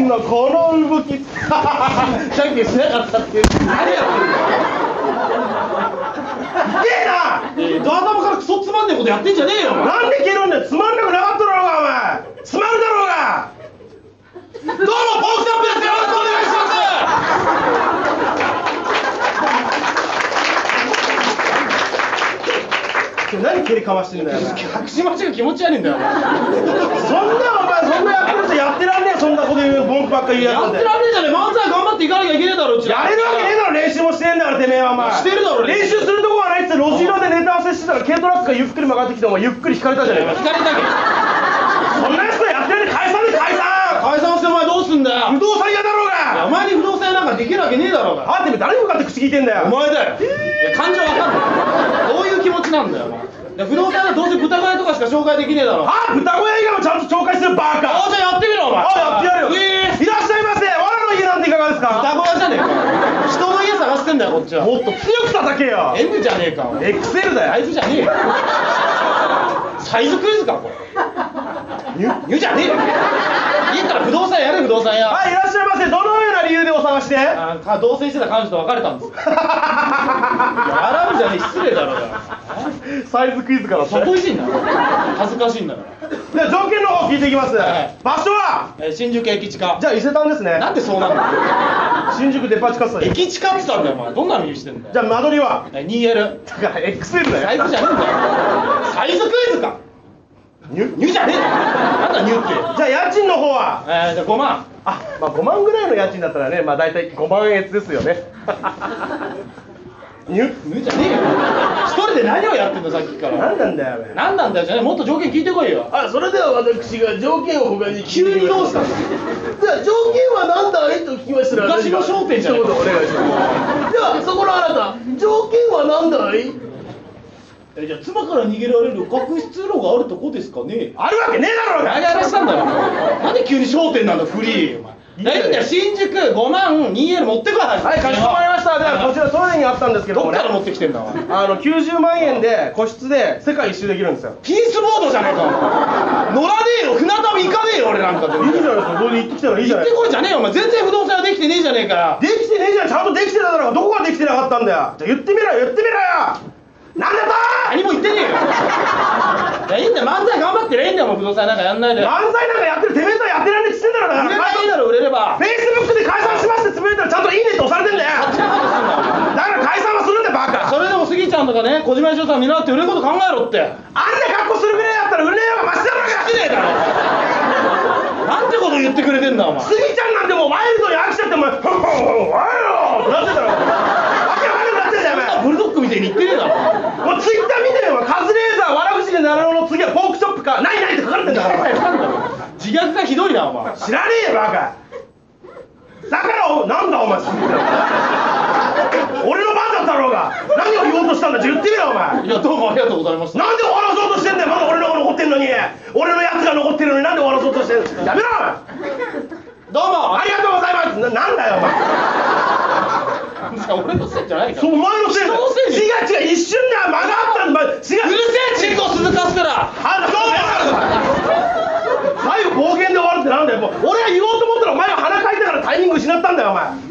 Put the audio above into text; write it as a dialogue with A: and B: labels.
A: ンのこの動きじゃんけんしなかったっていう
B: 何やってんのすげえなドア玉からクソつまんねえことやってんじゃねえよお前
A: なんで蹴るんだよつまんなくなかっただろうがお前つまるだろうが
B: どうもポークチャンプですよろしくお願いし
A: 今日何蹴りかましてんだよお前
B: ます隠し待ちが気持ち悪いんだよお前
A: そんなお前そんなやってる人やってらんねえそんなこと言う文句ばっか言うや
B: や
A: つ
B: っ
A: ん
B: て
A: で
B: らんねえじゃねえ漫才頑張っていかなきゃいけねえだろうちら
A: やれるわけねえだろ練習もしてねえんだからてめえはお前
B: してるだろ
A: 練習するとこはないっつって路地裏でネタ合わせしてたら軽トラックがゆっくり曲がってきてお前ゆっくり引かれたじゃねえか
B: 聞かれたけど
A: そんなやつとやってるんで解散で解散
B: 解散してお前どうすんだ
A: 不
B: よ
A: 動産屋だろう
B: いやお
A: が
B: 前に不動産屋なんかできるわけねえだろうが
A: あてめえ誰に向かって口聞いてんだ
B: お
A: よ
B: 前だよいや感情わかんないどういう気持ちなんだよお前いや不動産屋どうせ豚小屋とかしか紹介できねえだろあ
A: あ豚小屋以外もちゃんと紹介するバーカ
B: あじゃあやってみろお前
A: あやってやるよ、
B: ええ
A: いらっしゃいませわらの家なんていかがですか
B: 豚小屋じゃねえか人の家探してんだよこっちは
A: もっと強く叩けよ
B: M じゃねえかお前
A: XL だよ
B: サイズじゃねえよサイズクイズかこれニュニュじゃねえよ家から不動産やれ不動産屋
A: はいいらっしゃいませどのような理由でお探しで
B: あーか同棲してた彼女と別れたんですよいやアラブじゃねえ失礼だろうが
A: サイズクイズから
B: そこいじんな恥ずかしいんだか
A: じゃあ条件の方聞いていきます、
B: はい
A: 場所は
B: ら、えー新宿駅近
A: じゃあ伊勢丹ですね
B: なんでそうなんだよ
A: 新宿デパ地下です
B: 駅近って言ったんだよお前どんなの言うしてんだよ
A: じゃあ間取りは
B: えー 2L
A: だから XL
B: サ
A: だ
B: イ
A: よ
B: ズじゃねえんだよサイズクイズか
A: ニュ
B: ニュじゃねえよなんだニュって
A: じゃあ家賃の方は
B: えー、じゃあ5万
A: あまあ5万ぐらいの家賃だったらねまあ大体5万円です よねニュ
B: ぬじゃねえよ一人で何をやってんのさっきから
A: 何なんだよお前
B: 何なんだよじゃねえもっと条件聞いてこいよ
C: あそれでは私が条件を他に
B: 急にどうしたの
C: じゃあ条件は何だいと聞きましたら
B: 昔の商店じゃねえ
C: 一
B: か
C: 言お願いしますではそこのあなた条件は何だい
B: えじゃあ妻から逃げられる確執路があるとこですかね
A: あるわけねえだろうが
B: 何話したんだよなんで急に商店なんだフリーお前いやいいんだよ新宿5万 2L 持ってこい
A: はいかしこまりましたではこちらトイレにあったんですけど
B: ど
A: も
B: っ
A: ね
B: から持ってきてんだお前
A: あの90万円で個室で世界一周できるんですよ
B: ピースボードじゃねえかお前乗らねえよ船旅行かねえよ俺なんかで
A: いいじゃないですかこれで行ってきたらいいじゃないです
B: 行って
A: か
B: こいじゃねえよお前全然不動産はできてねえじゃねえかよ
A: できてねえじゃんちゃんとできてただろうがどこができてなかったんだよじゃあ言ってみろよ言ってみろよなんだ
B: 何も言ってねえよいやいいんだよ漫才頑張ってりゃいいんだよもう不動産なんかやんないで
A: と
B: 売
A: 漫才なんかやってるてめえとはやってらんねえっつってんだろだか
B: れ
A: ら
B: ばいいだろ売れれば
A: フェイスブックで解散しますってつぶやいたらちゃんといいねって押されてんだよ
B: あっちのことすんだよ
A: だから解散はするんだよバカあんな
B: それでもスギちゃんとかね小島よしおさん見習って売れること考えろって
A: 格好するぐらいだったら売れねえよマシだろうが
B: 失礼だろなんてこと言ってくれてんだお
A: ス
B: 前
A: ギちゃんなんてもうワイルドに飽きちゃってお前 「フンフンフンワイルド!」ってなってたろわけわかんなくなってんだよお前
B: ブルドッグみたいに言ってねえだろ
A: もうツイッター見てるよカズレーザーわらふじで習うの次はポークチョップかないないって書かれてんだからお前
B: 自虐がひどいなお前
A: 知らねえよバカだからおなんだお前俺の番だったろうが何を言おうとしたんだじゃあ言ってみろお前
B: いやどうもありがとうございました
A: なんで終わらそうとしてんだよまだ俺のが残ってんのに俺のやつが残ってるのになんで終わらそうとしてんのやめろ
B: どうも
A: ありがとうございますななんだよお前
B: いや俺のせいじゃないか
A: そ
B: ら
A: うお前のせいだよ
B: 人のせい
A: 違う違う一瞬だ間があったんだお前違う
B: うるせえチンコ鈴かすから
A: あどうも最後暴言で終わるってなんだよもう俺が言おうと思ったらお前は鼻かいたからタイミング失ったんだよお前